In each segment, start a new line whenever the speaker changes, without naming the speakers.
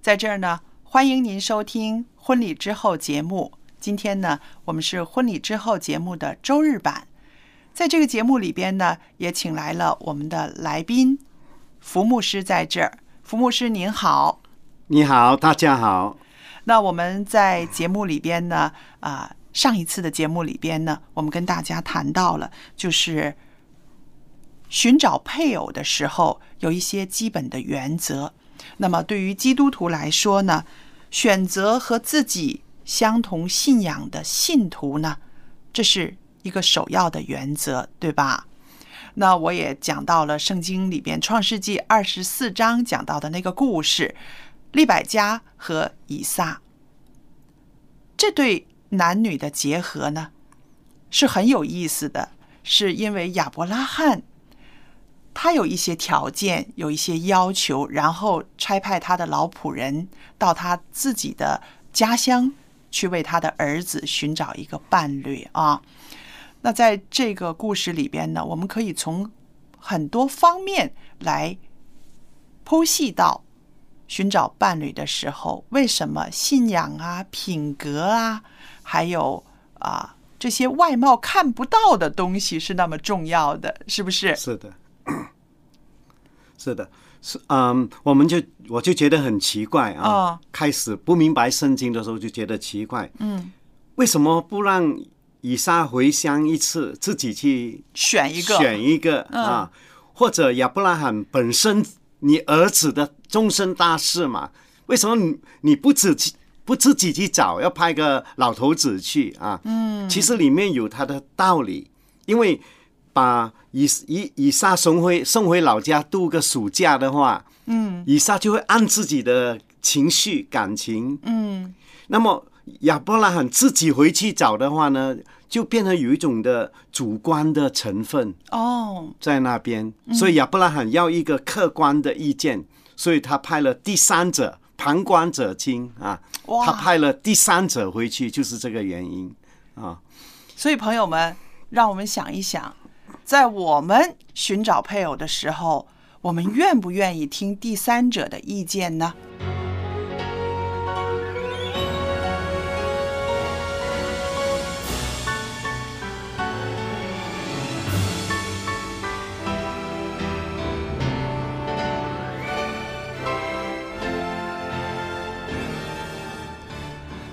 在这儿呢，欢迎您收听《婚礼之后》节目。今天呢，我们是《婚礼之后》节目的周日版，在这个节目里边呢，也请来了我们的来宾，福牧师在这儿。福牧师您好，
你好，大家好。
那我们在节目里边呢，啊、上一次的节目里边呢，我们跟大家谈到了，就是寻找配偶的时候有一些基本的原则。那么对于基督徒来说呢，选择和自己相同信仰的信徒呢，这是一个首要的原则，对吧？那我也讲到了圣经里边《创世纪》二十四章讲到的那个故事，利百加和以撒这对男女的结合呢，是很有意思的，是因为亚伯拉罕他有一些条件，有一些要求，然后差派他的老仆人到他自己的家乡去为他的儿子寻找一个伴侣啊。那在这个故事里边呢，我们可以从很多方面来剖析到寻找伴侣的时候，为什么信仰啊、品格啊，还有啊这些外貌看不到的东西是那么重要的，是不是？
是的， 是的，是嗯，我们就我就觉得很奇怪啊。
哦
开始不明白圣经的时候，就觉得奇怪，
嗯，
为什么不让以撒回乡一次，自己去
选一个，嗯
选一个啊？或者亚伯拉罕本身你儿子的终身大事嘛？为什么你你不自己不自己去找，要派个老头子去啊？嗯，其实里面有他的道理，因为把以以以撒送回送回老家度个暑假的话，嗯，以撒就会按自己的情绪感情，
嗯，
那么亚伯拉罕自己回去找的话呢，就变得有一种的主观的成分，
哦，
在那边，所以亚伯拉罕要一个客观的意见，所以他派了第三者旁观者清啊，
哇
他派了第三者回去，就是这个原因啊。
所以朋友们，让我们想一想，在我们寻找配偶的时候，我们愿不愿意听第三者的意见呢？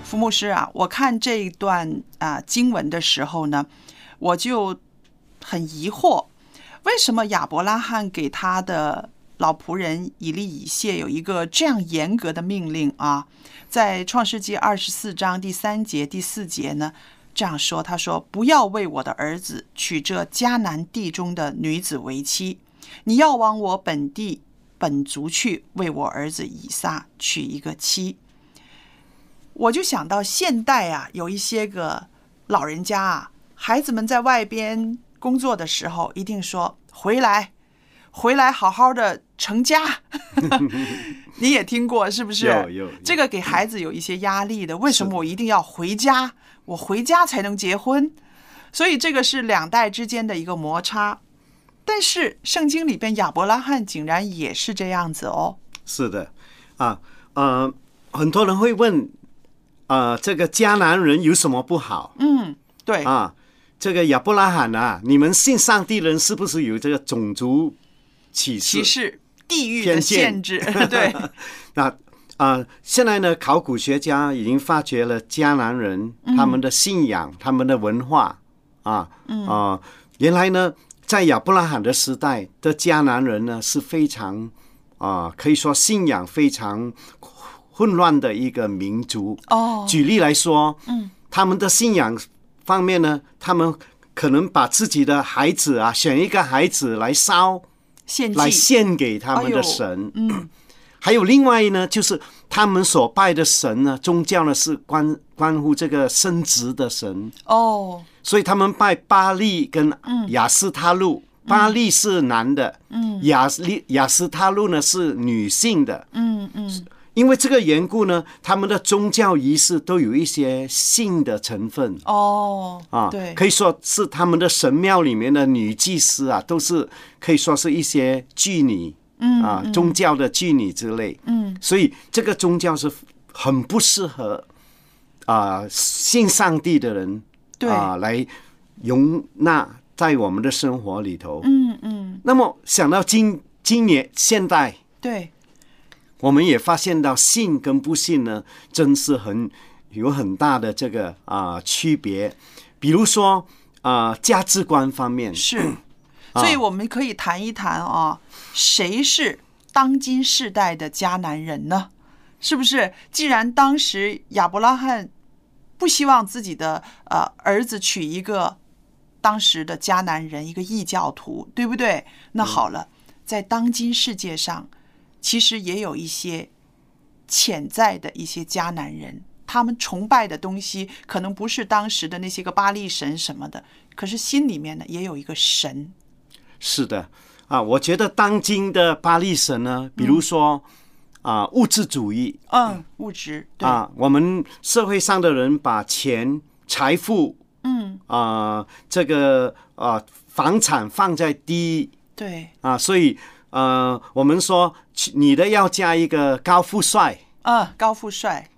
福牧师啊，我看这一段啊经文的时候呢，我就很疑惑，为什么亚伯拉罕给他的老仆人以利以谢有一个这样严格的命令啊？在创世纪二十四章第三节、第四节呢，这样说：“他说，不要为我的儿子娶这迦南地中的女子为妻，你要往我本地本族去，为我儿子以撒娶一个妻。”我就想到现代啊，有一些个老人家啊，孩子们在外边工作的时候，一定说回来，回来好好的成 家，你也听过是不是？
有有有
这个给孩子有一些压力的。为什么我一定要回家？我回家才能结婚？所以这个是两代之间的一个摩擦。但是圣经里边亚伯拉罕竟然也是这样子哦。
是的，啊呃，很多人会问，呃，这个迦南人有什么不好
嗯，对，
啊？这个亚伯拉罕啊，你们信上帝人是不是有这个种族歧视？
歧视、地域的
偏见
限制， 对，
那啊、呃现在呢，考古学家已经发掘了迦南人他们的信仰、他们的文化啊，嗯啊、原来呢，在亚伯拉罕的时代的迦南人呢是非常啊、可以说信仰非常混乱的一个民族。
哦，
举例来说，嗯，他们的信仰方面呢，他们可能把自己的孩子啊，选一个孩子来烧，
献
来
祭，
献给他们
哎呦
的神。
嗯，
还有另外呢，就是他们所拜的神呢，宗教呢是关关乎这个生殖的神，
哦，
所以他们拜巴利跟
嗯
雅斯他路。巴利是男的，嗯，雅斯利雅斯他路呢是女性的，
嗯嗯，
因为这个缘故呢，他们的宗教仪式都有一些性的成分
哦，
啊，
对，
可以说是他们的神庙里面的女祭司啊，都是可以说是一些妓女，嗯啊，宗教的妓女之类，
嗯，
所以这个宗教是很不适合啊、信上帝的人
对
啊、来容纳在我们的生活里头。
嗯嗯，
那么想到今今年现代，
对，
我们也发现到信跟不信呢，真是很有很大的这个啊、区别。比如说啊、价值观方面，
是，所以我们可以谈一谈啊，谁是当今世代的迦南人呢？是不是？既然当时亚伯拉罕不希望自己的呃儿子娶一个当时的迦南人，一个异教徒，对不对？那好了，在当今世界上，其实也有一些潜在的一些迦南人，他们崇拜的东西可能不是当时的那些个巴力神什么的，可是心里面呢也有一个神，
是的啊，我觉得当今的巴利神呢，比如说啊、物质主义
嗯，物质，对，
啊，我们社会上的人把钱、财富
嗯，
啊、这个啊、房产放在第一
对，
啊，所以呃，我们说女的要嫁一个高富帅。
嗯，高富帅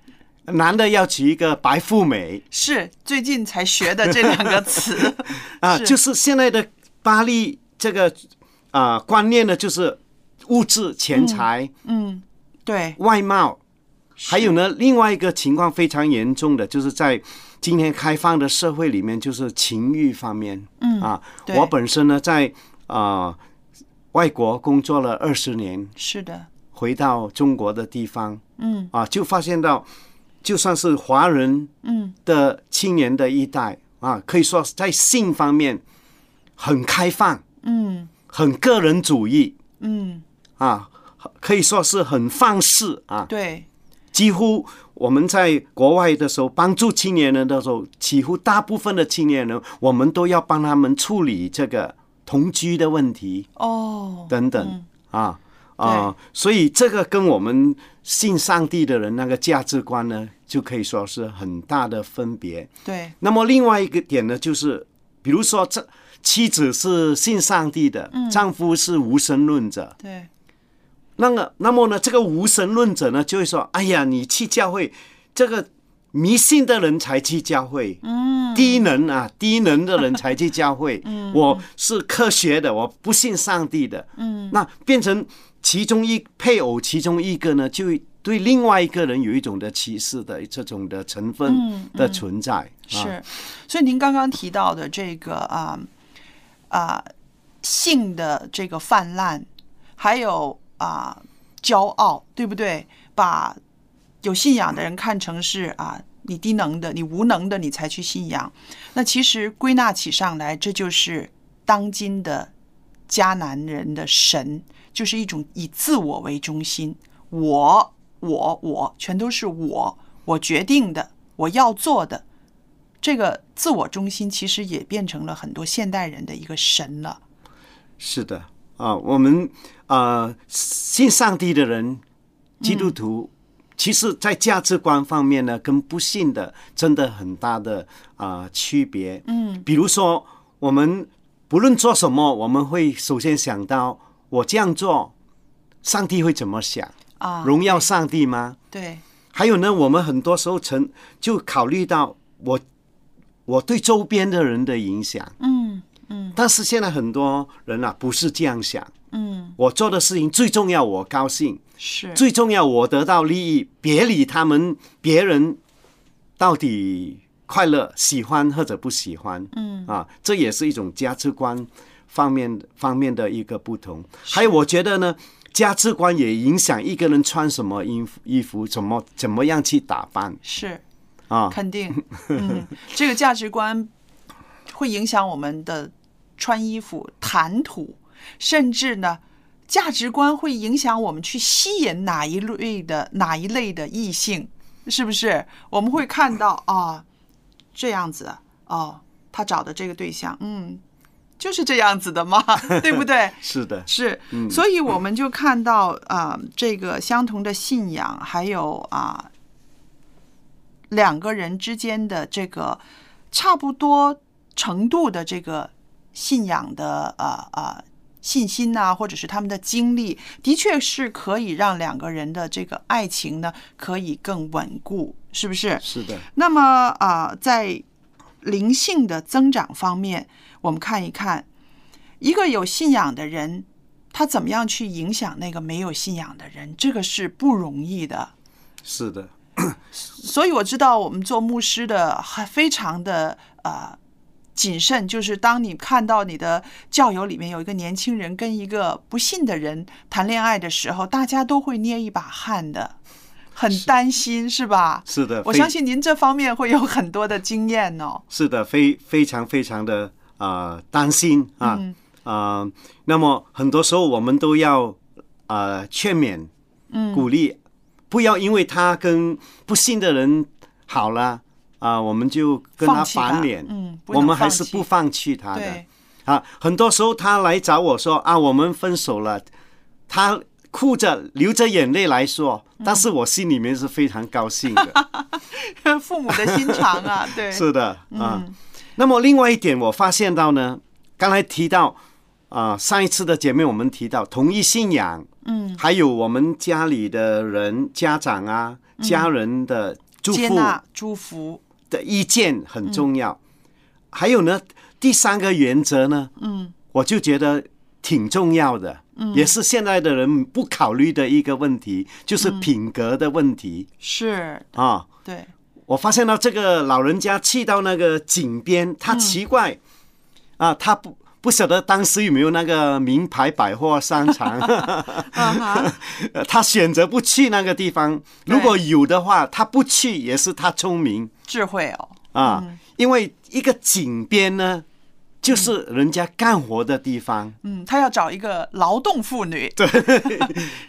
男的要娶一个白富美
是最近才学的这两个词，
啊，
是
就是现在的巴黎这个啊、观念呢，就是物质、钱财、
嗯，对，
外貌，还有
是
呢，另外一个情况非常严重的，就是在今天开放的社会里面，就是情欲方面。嗯啊，
对
我本身呢在啊、外国工作了二十年，
是的，
回到中国的地方
嗯
啊，就发现到，就算是华人
嗯，
的青年的一代啊，可以说在性方面很开放，
嗯
很个人主义
嗯，
啊，可以说是很放肆啊。
对，
几乎我们在国外的时候帮助青年人的时候，几乎大部分的青年人，我们都要帮他们处理这个同居的问题
哦，
等等啊啊，所以这个跟我们信上帝的人那个价值观呢，就可以说是很大的分别。
对，
那么另外一个点呢，就是比如说这妻子是信上帝的，丈夫是无神论者。
对，
那么，那么呢，这个无神论者呢，就会说：“哎呀，你去教会，这个迷信的人才去教会，嗯，低能啊，低能的人才去教会。 嗯，我是科学的，我不信上帝的。嗯，那变成其中一配偶，其中一个呢，就对另外一个人有一种的歧视的这种的成分的存在。啊
是，所以您刚刚提到的这个啊啊、性的这个泛滥，还有啊、骄傲，对不对？把有信仰的人看成是啊你低能的、你无能的，你才去信仰。那其实归纳起上来，这就是当今的迦南人的神，就是一种以自我为中心，我、我、我，全都是我，我决定的，我要做的。这个自我中心其实也变成了很多现代人的一个神了。
是的啊，我们啊信上帝的人，基督徒，其实在价值观方面呢，跟不信的真的很大的啊、区别。嗯，比如说我们不论做什么，我们会首先想到我这样做，上帝会怎么想？
啊，
荣耀上帝吗？
对，
还有呢，我们很多时候曾就考虑到我我对周边的人的影响，
嗯嗯
但是现在很多人啊不是这样想，
嗯，
我做的事情最重要，我高兴，
是，
最重要我得到利益，别理他们别人到底快乐、喜欢或者不喜欢，
嗯
啊，这也是一种价值观方面方面的一个不同。还有，我觉得呢，价值观也影响一个人穿什么衣服、衣服怎么怎么样去打扮
是
啊。
肯定，嗯，这个价值观会影响我们的穿衣服、谈吐，甚至呢，价值观会影响我们去吸引哪一类的哪一类的异性，是不是？我们会看到啊，这样子哦，他找的这个对象，嗯，就是这样子的嘛，对不对？
是的，
是，所以我们就看到啊、这个相同的信仰，还有啊、两个人之间的这个差不多程度的这个信仰的呃呃信心呐、或者是他们的经历，的确是可以让两个人的这个爱情呢可以更稳固，是不是？
是的，
那么啊、在灵性的增长方面，我们看一看一个有信仰的人，他怎么样去影响那个没有信仰的人，这个是不容易的。
是的，
所以我知道我们做牧师的还非常的呃谨慎，就是当你看到你的教友里面有一个年轻人跟一个不信的人谈恋爱的时候，大家都会捏一把汗的，很担心，是吧？
是的。
我
呃非
相信您这方面会有很多的经验哦。
是的，非非常非常的呃担心啊
嗯
啊、呃那么很多时候我们都要呃劝勉、
嗯
鼓励，不要因为他跟不信的人好了啊、我们就 跟他
放弃他
反脸，
嗯不能
我们还是
放弃
不放弃他的
对，
啊。很多时候他来找我说啊，我们分手了，他。哭着流着眼泪来说，
嗯
但是我心里面是非常高兴的。
父母的心肠 啊，对，
是的，啊、那么另外一点，我发现到呢，刚才提到啊、上一次的节目我们提到同一信仰，嗯，还有我们家里的人、家长啊、家人的祝
嗯接
福
纳嗯祝福，
的意见很重要。还有呢，第三个原则呢，
嗯，
我就觉得挺重要的，嗯，也是现在的人不考虑的一个问题，就是
嗯
品格的问题
是
啊。
对，
我发现到这个老人家去到那个井边，他奇怪、
嗯
啊，他不不晓得当时有没有那个名牌百货商场，
啊哈，
呃他选择不去那个地方。
对
如果有的话，他不去也是他聪明
智慧哦，
啊，因为一个井边呢，就是人家干活的地方。
嗯，他要找一个劳动妇女，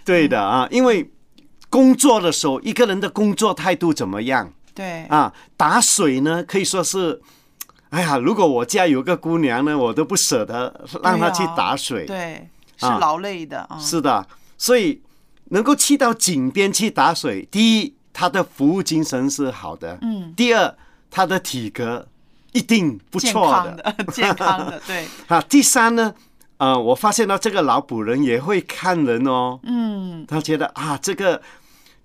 对的啊，因为工作的时候，一个人的工作态度怎么样？
对，
啊，打水呢可以说是，哎呀，如果我家有个姑娘呢，我都不舍得让她去打水。
对，是
啊
劳累的啊，
是的，所以能够去到井边去打水，第一，她的服务精神是好的，
嗯，
第二，她的体格一定不
健
错
康
的。
的，健康 的，对，
啊，第三呢，呃，我发现到这个老仆人也会看人哦，
嗯，
他觉得啊，这个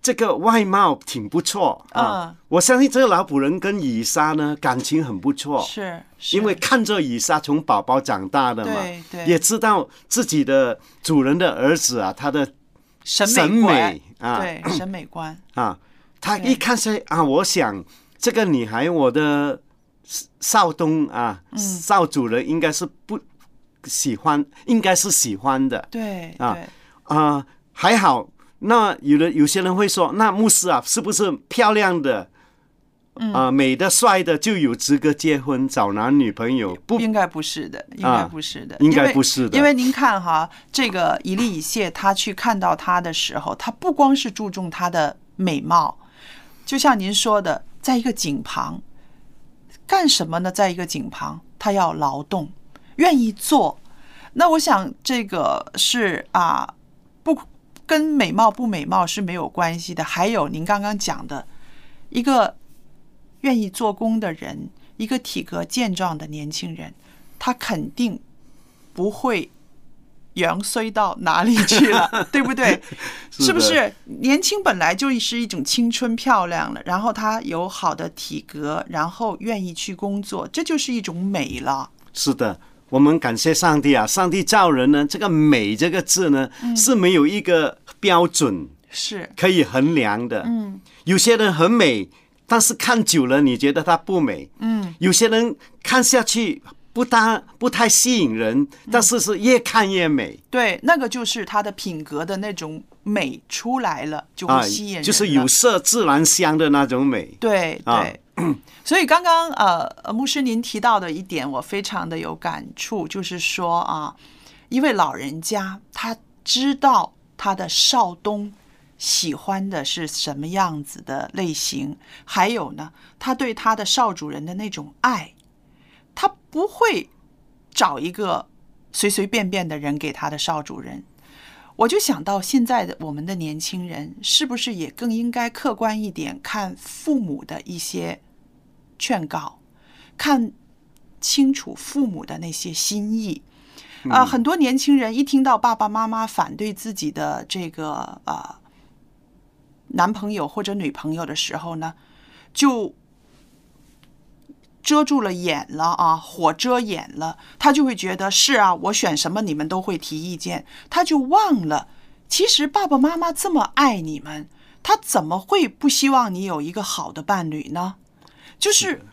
这个外貌挺不错啊。
嗯
我相信这个老仆人跟以莎呢感情很不错，
是，是
因为看着以莎从宝宝长大的嘛
对，对
也知道自己的主人的儿子啊，他的
审
审
观
美，啊
对， 审美观，
啊，他
对
一看谁啊，我想这个女孩，我的少少东啊，
嗯
少主人应该是不喜欢，应该是喜欢的
对，
啊
对，
啊，还好。那有的有些人会说，那牧师啊，是不是漂亮的？
嗯
啊、美的、帅的就有资格结婚找男女朋友，不啊
应该不是的，应该不是的，
应该
因为
不是的
因为您看哈，这个以利以谢他去看到她的时候，他不光是注重她的美貌，就像您说的，在一个井旁干什么呢？在一个井旁，他要劳动，愿意做。那我想这个是啊，不跟美貌不美貌是没有关系的。还有您刚刚讲的，一个愿意做工的人，一个体格健壮的年轻人，他肯定不会阳衰到哪里去 了，对不对？
是
是不
的
是？年轻本来就是一种青春漂亮了，然后他有好的体格，然后愿意去工作，这就是一种美了。
是的，我们感谢上帝啊！上帝造人呢，这个“美”这个字呢、
嗯
是没有一个标准
是，
可以衡量的。嗯，有些人很美，但是看久了你觉得它不美。嗯，有些人看下去不单不太吸引人，
嗯
但是是越看越美。
对，那个就是他的品格的那种美出来了，就
啊
会吸引人、，
就是有。色自然香的那种美。
对对。
啊
所以刚刚呃，呃牧师您提到的一点，我非常的有感触，就是说啊，一位老人家他知道他的少东喜欢的是什么样子的类型，还有呢，他对他的少主人的那种爱，他不会找一个随随便便的人给他的少主人。我就想到现在的我们的年轻人，是不是也更应该客观一点，看父母的一些劝告，看清楚父母的那些心意。啊、很多年轻人一听到爸爸妈妈反对自己的这个呃男朋友或者女朋友的时候呢，就遮住了眼了啊，火遮眼了，他就会觉得是啊，我选什么你们都会提意见，他就忘了，其实爸爸妈妈这么爱你们，他怎么会不希望你有一个好的伴侣呢？就是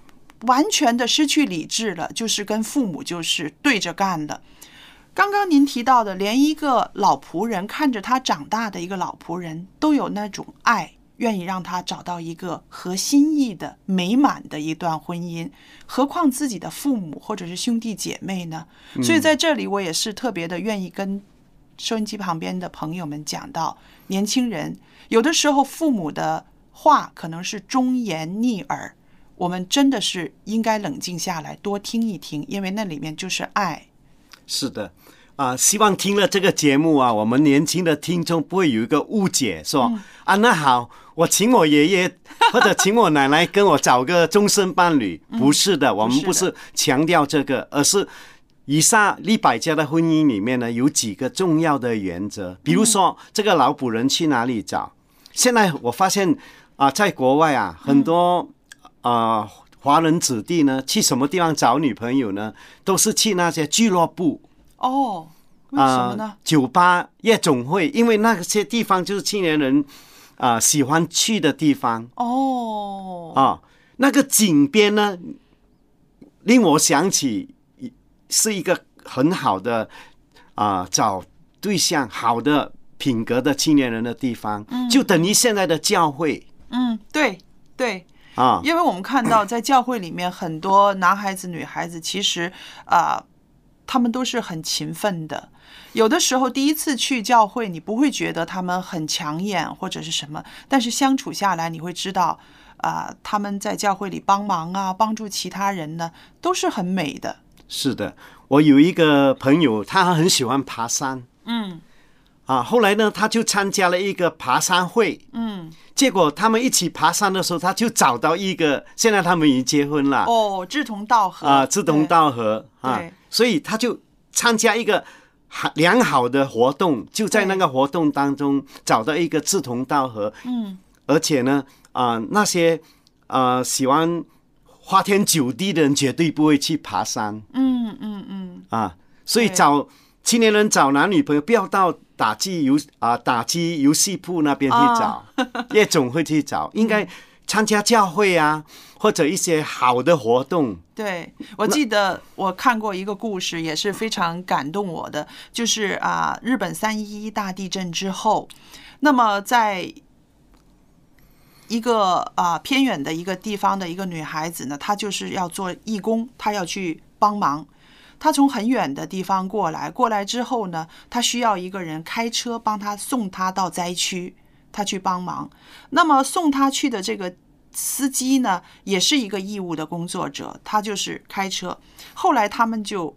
完全的失去理智了，就是跟父母就是对着干了。刚刚您提到的，连一个老仆人看着他长大的一个老仆人，都有那种爱，愿意让他找到一个合心意的、美满的一段婚姻，何况自己的父母或者是兄弟姐妹呢？所以在这里，我也是特别的愿意跟收音机旁边的朋友们讲到，年轻人有的时候父母的话可能是忠言逆耳，我们真的是应该冷静下来，多听一听，因为那里面就是爱。
是的，啊，希望听了这个节目啊，我们年轻的听众不会有一个误解，说、啊，那好，我请我爷爷或者请我奶奶跟我找个终身伴侣，嗯不是的，我们
不
不
是
是强调这个，而是。以下一百家的婚姻里面呢，有几个重要的原则，比如说、这个老仆人去哪里找？现在我发现啊、在国外啊，很多啊、华人子弟呢，去什么地方找女朋友呢？都是去那些俱乐部，
哦，为
啊，
什么呢？
酒吧、夜总会，因为那些地方就是青年人啊、喜欢去的地方
哦，
啊、那个井边呢，令我想起一是一个很好的啊、找对象、好的品格的青年人的地方，就等于现在的教会
嗯，对对，
啊。
因为我们看到在教会里面，很多男孩子、女孩子其实啊、他们都是很勤奋的。有的时候第一次去教会，你不会觉得他们很抢眼或者是什么，但是相处下来，你会知道啊、他们在教会里帮忙啊，帮助其他人呢，都是很美的。
是的，我有一个朋友，他很喜欢爬山。
嗯
啊，后来呢，他就参加了一个爬山会，
嗯，
结果他们一起爬山的时候，他就找到一个，现在他们已经结婚了
哦，志同道合
啊，志同
对
道合啊
对，
所以他就参加一个好良好的活动，就在那
对
个活动当中找到一个志同道合，
嗯，
而且呢，啊、那些啊喜欢花天酒地的人绝对不会去爬山
嗯嗯嗯，
啊，所以
对
找青年人找男女朋友，不要到打击游啊打击游戏铺那边去找
啊，
夜总会去找，应
嗯
该参加教会啊，或者一些好的活动。
对，我记得我看过一个故事，也是非常感动我的，就是啊，日本三一一大地震之后，那么在一个啊偏远的一个地方的一个女孩子呢，她就是要做义工，她要去帮忙。她从很远的地方过来，过来之后呢，她需要一个人开车帮她送她到灾区，她去帮忙。那么送她去的这个司机呢，也是一个义务的工作者，他就是开车。后来他们就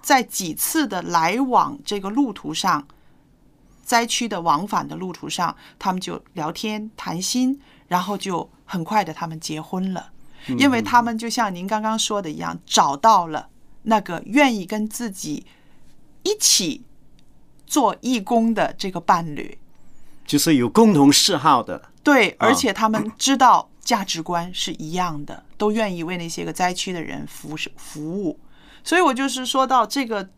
在几次的来往这个路途上，灾区的往返的路途上，他们就聊天谈心，然后就很快的他们结婚了，因为他们就像您刚刚说的一样，找到了那个愿意跟自己一起做义工的这个伴侣。
就是有共同嗜好的，
对，而
啊
且他们知道价值观是一样的，都愿意为那些个灾区的人服侍服务。所以我就是说到这个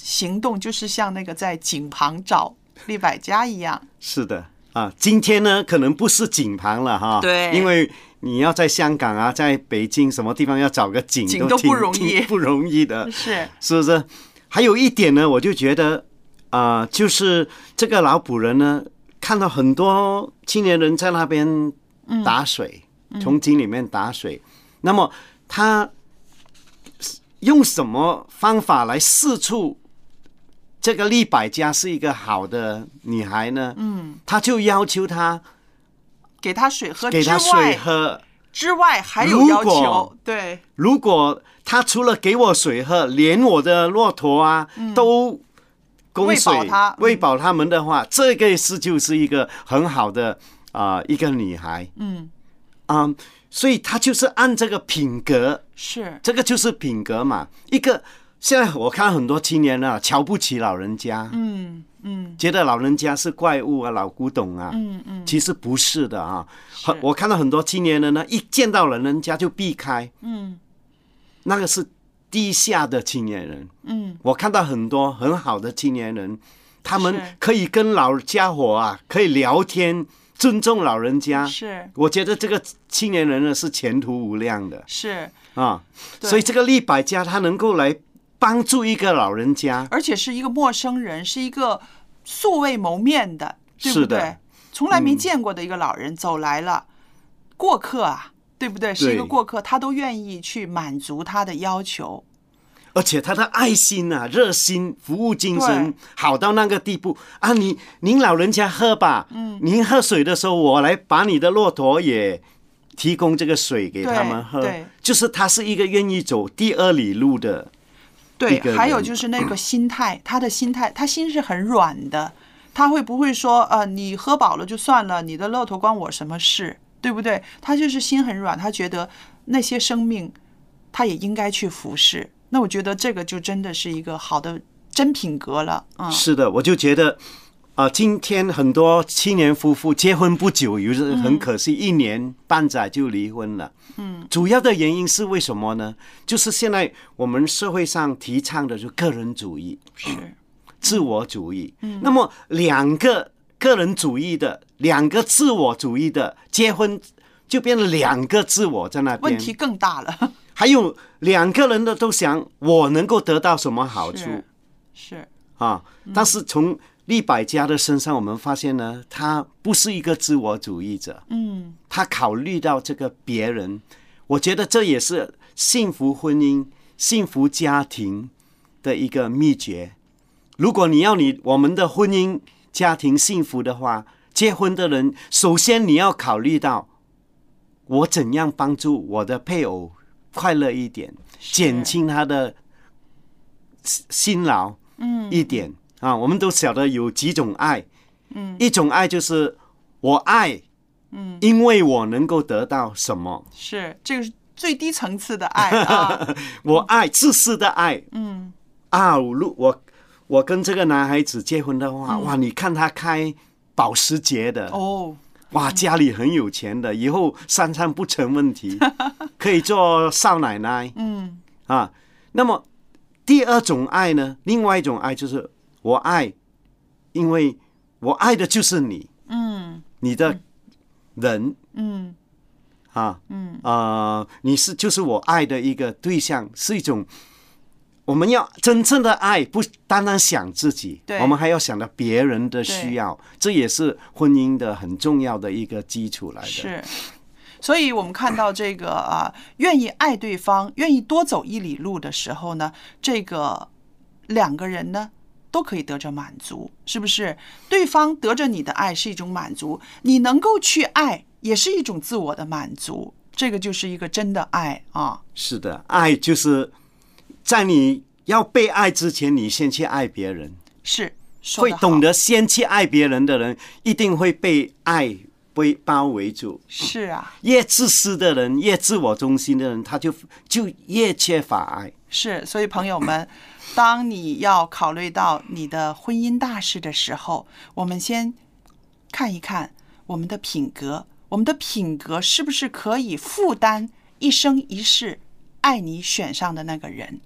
行动，就是像那个在井旁找利百家一样。
是的啊。今天呢，可能不是井旁了哈，
对
因为你要在香港啊，在北京什么地方要找个井
井
都
都
挺
不容易
挺不容 易的，
是，
是不是？还有一点呢，我就觉得啊、就是这个老仆人呢，看到很多青年人在那边打水，从井里面打水，那么他用什么方法来试出这个利百家是一个好的女孩呢？嗯，他就要求她
给他水喝
给
之
她水
外，
喝。
之外还有
如
要求
果，
对，
如果他除了给我水喝，连我的骆驼啊、都供水
嗯喂饱它嗯
喂饱它们的话，这个是就是一个很好的啊、一个女孩
嗯，
啊、所以她就是按这个品格，
是，
这个就是品格嘛。一个现在我看很多青年啊，瞧不起老人家，
嗯嗯
觉得老人家是怪物啊、老古董啊，
嗯嗯，
其实不是的啊。
是
很我看到很多青年人呢，一见到老人家就避开，
嗯
那个是低下的青年人。
嗯
我看到很多很好的青年人，他
是
们可以跟老家伙啊，可以聊天，尊重老人家。
是
我觉得这个青年人呢是前途无量的
是，
啊，
对
所以这个利百家他能够来帮助一个老人家，
而且是一个陌生人，是一个素未谋面的，对不
是的
对？从来没见过的一个老人走来了，过客啊，对不对？是一个
嗯对
过客，他都愿意去满足他的要求。
而且他的爱心啊、热心、服务精神
对
好到那个地步啊！你您老人家喝吧，嗯，您喝水的时候，我来把你的骆驼也提供这个水给他们喝
对对，
就是他是一个愿意走第二里路的
对
一个，人嗯
还有就是那个心态， 他的心态，他心是很软的，他会不会说，呃，你喝饱了就算了，你的骆驼关我什么事，对不对？他就是心很软，他觉得那些生命，他也应该去服侍。那我觉得这个就真的是一个好的真品格了，嗯，
是的，我就觉得啊、今天很多青年夫妇结婚不久，有的很可惜，一年半载就离婚了。嗯，主要的原因是为什么呢？就是现在我们社会上提倡的就个人主义、
是。
自我主义。嗯，那么两个个人主义的、两个自我主义的结婚，就变了两个自我在那边。
问题更大了。
还有两个人的都想我能够得到什么好处。
是是，
啊。但是从利百家的身上，我们发现呢，他不是一个自我主义者，
嗯，
他考虑到这个别人，我觉得这也是幸福婚姻、幸福家庭的一个秘诀。如果你要你我们的婚姻家庭幸福的话，结婚的人首先你要考虑到我怎样帮助我的配偶快乐一点，减轻他的辛辛劳，嗯，一点啊。我们都晓得有几种爱，嗯，一种爱就是我爱，嗯，因为我能够得到什么，
是这个是最低层次的爱 啊。
我爱自私的爱，嗯，啊，如我我跟这个男孩子结婚的话，哇，你看他开保时捷的，
哦，
哇，家里很有钱的，以后三餐不成问题，可以做少奶奶。嗯，啊，那么第二种爱呢？另外一种爱就是我爱，因为我爱的就是你，嗯，你的人，嗯，啊，嗯，啊，你是就是我爱的一个对象，是一种。我们要真正的爱，不单单想自己
对，
我们还要想到别人的需要，这也是婚姻的很重要的一个基础来的。
是。所以，我们看到这个啊，愿意爱对方，愿意多走一里路的时候呢，这个两个人呢都可以得着满足，是不是？对方得着你的爱是一种满足，你能够去爱也是一种自我的满足，这个就是一个真的爱啊。
是的，爱就是在你要被爱之前，你先去爱别人。
是说
会
得好
懂得先去爱别人的人，一定会被爱被包围住。
是啊，
越自私的人，越自我中心的人，他就就越缺乏爱。
是，所以朋友们，当你要考虑到你的婚姻大事的时候，我们先看一看我们的品格，我们的品格是不是可以负担一生一世爱你选上的那个人？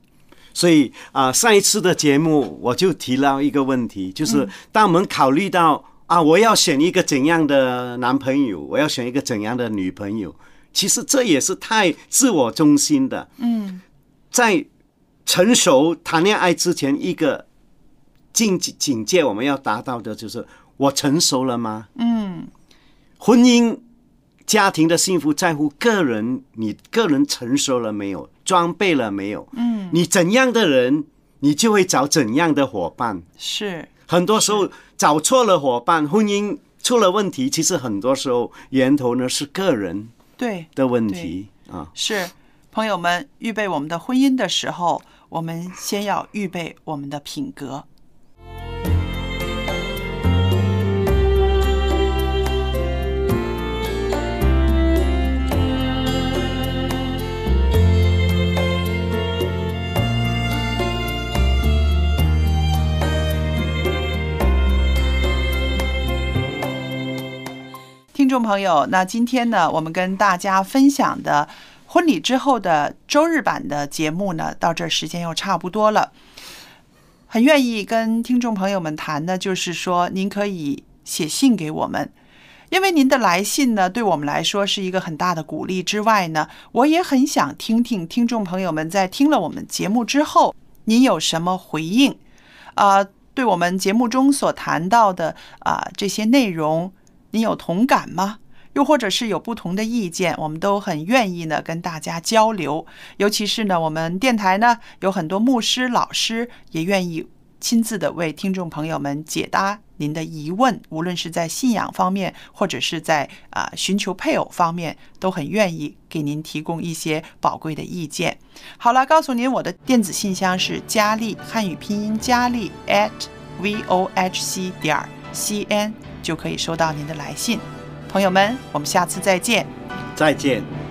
所以啊、上一次的节目我就提到一个问题，就是当我们考虑到啊，我要选一个怎样的男朋友，我要选一个怎样的女朋友，其实这也是太自我中心的。嗯，在成熟谈恋爱之前，一个境境界我们要达到的就是我成熟了吗？嗯，婚姻家庭的幸福在乎个人，你个人成熟了没有，装备了没有？嗯，你怎样的人，你就会找怎样的伙伴。
是
很多时候找错了伙伴，婚姻出了问题，其实很多时候源头呢是个人
对，
的问题啊。
是朋友们预备我们的婚姻的时候，我们先要预备我们的品格。听众朋友，那今天呢，我们跟大家分享的婚礼之后的周日版的节目呢，到这儿时间又差不多了。很愿意跟听众朋友们谈的，就是说您可以写信给我们，因为您的来信呢，对我们来说是一个很大的鼓励。之外呢，我也很想听听听众朋友们在听了我们节目之后，您有什么回应？啊、对我们节目中所谈到的啊、这些内容，你有同感吗？又或者是有不同的意见，我们都很愿意呢跟大家交流。尤其是呢，我们电台呢有很多牧师、老师也愿意亲自的为听众朋友们解答您的疑问，无论是在信仰方面，或者是在啊、寻求配偶方面，都很愿意给您提供一些宝贵的意见。好了，告诉您我的电子信箱是佳丽，汉语拼音佳丽 at v o h c 点 c n，就可以收到您的来信。朋友们，我们下次再见。
再见。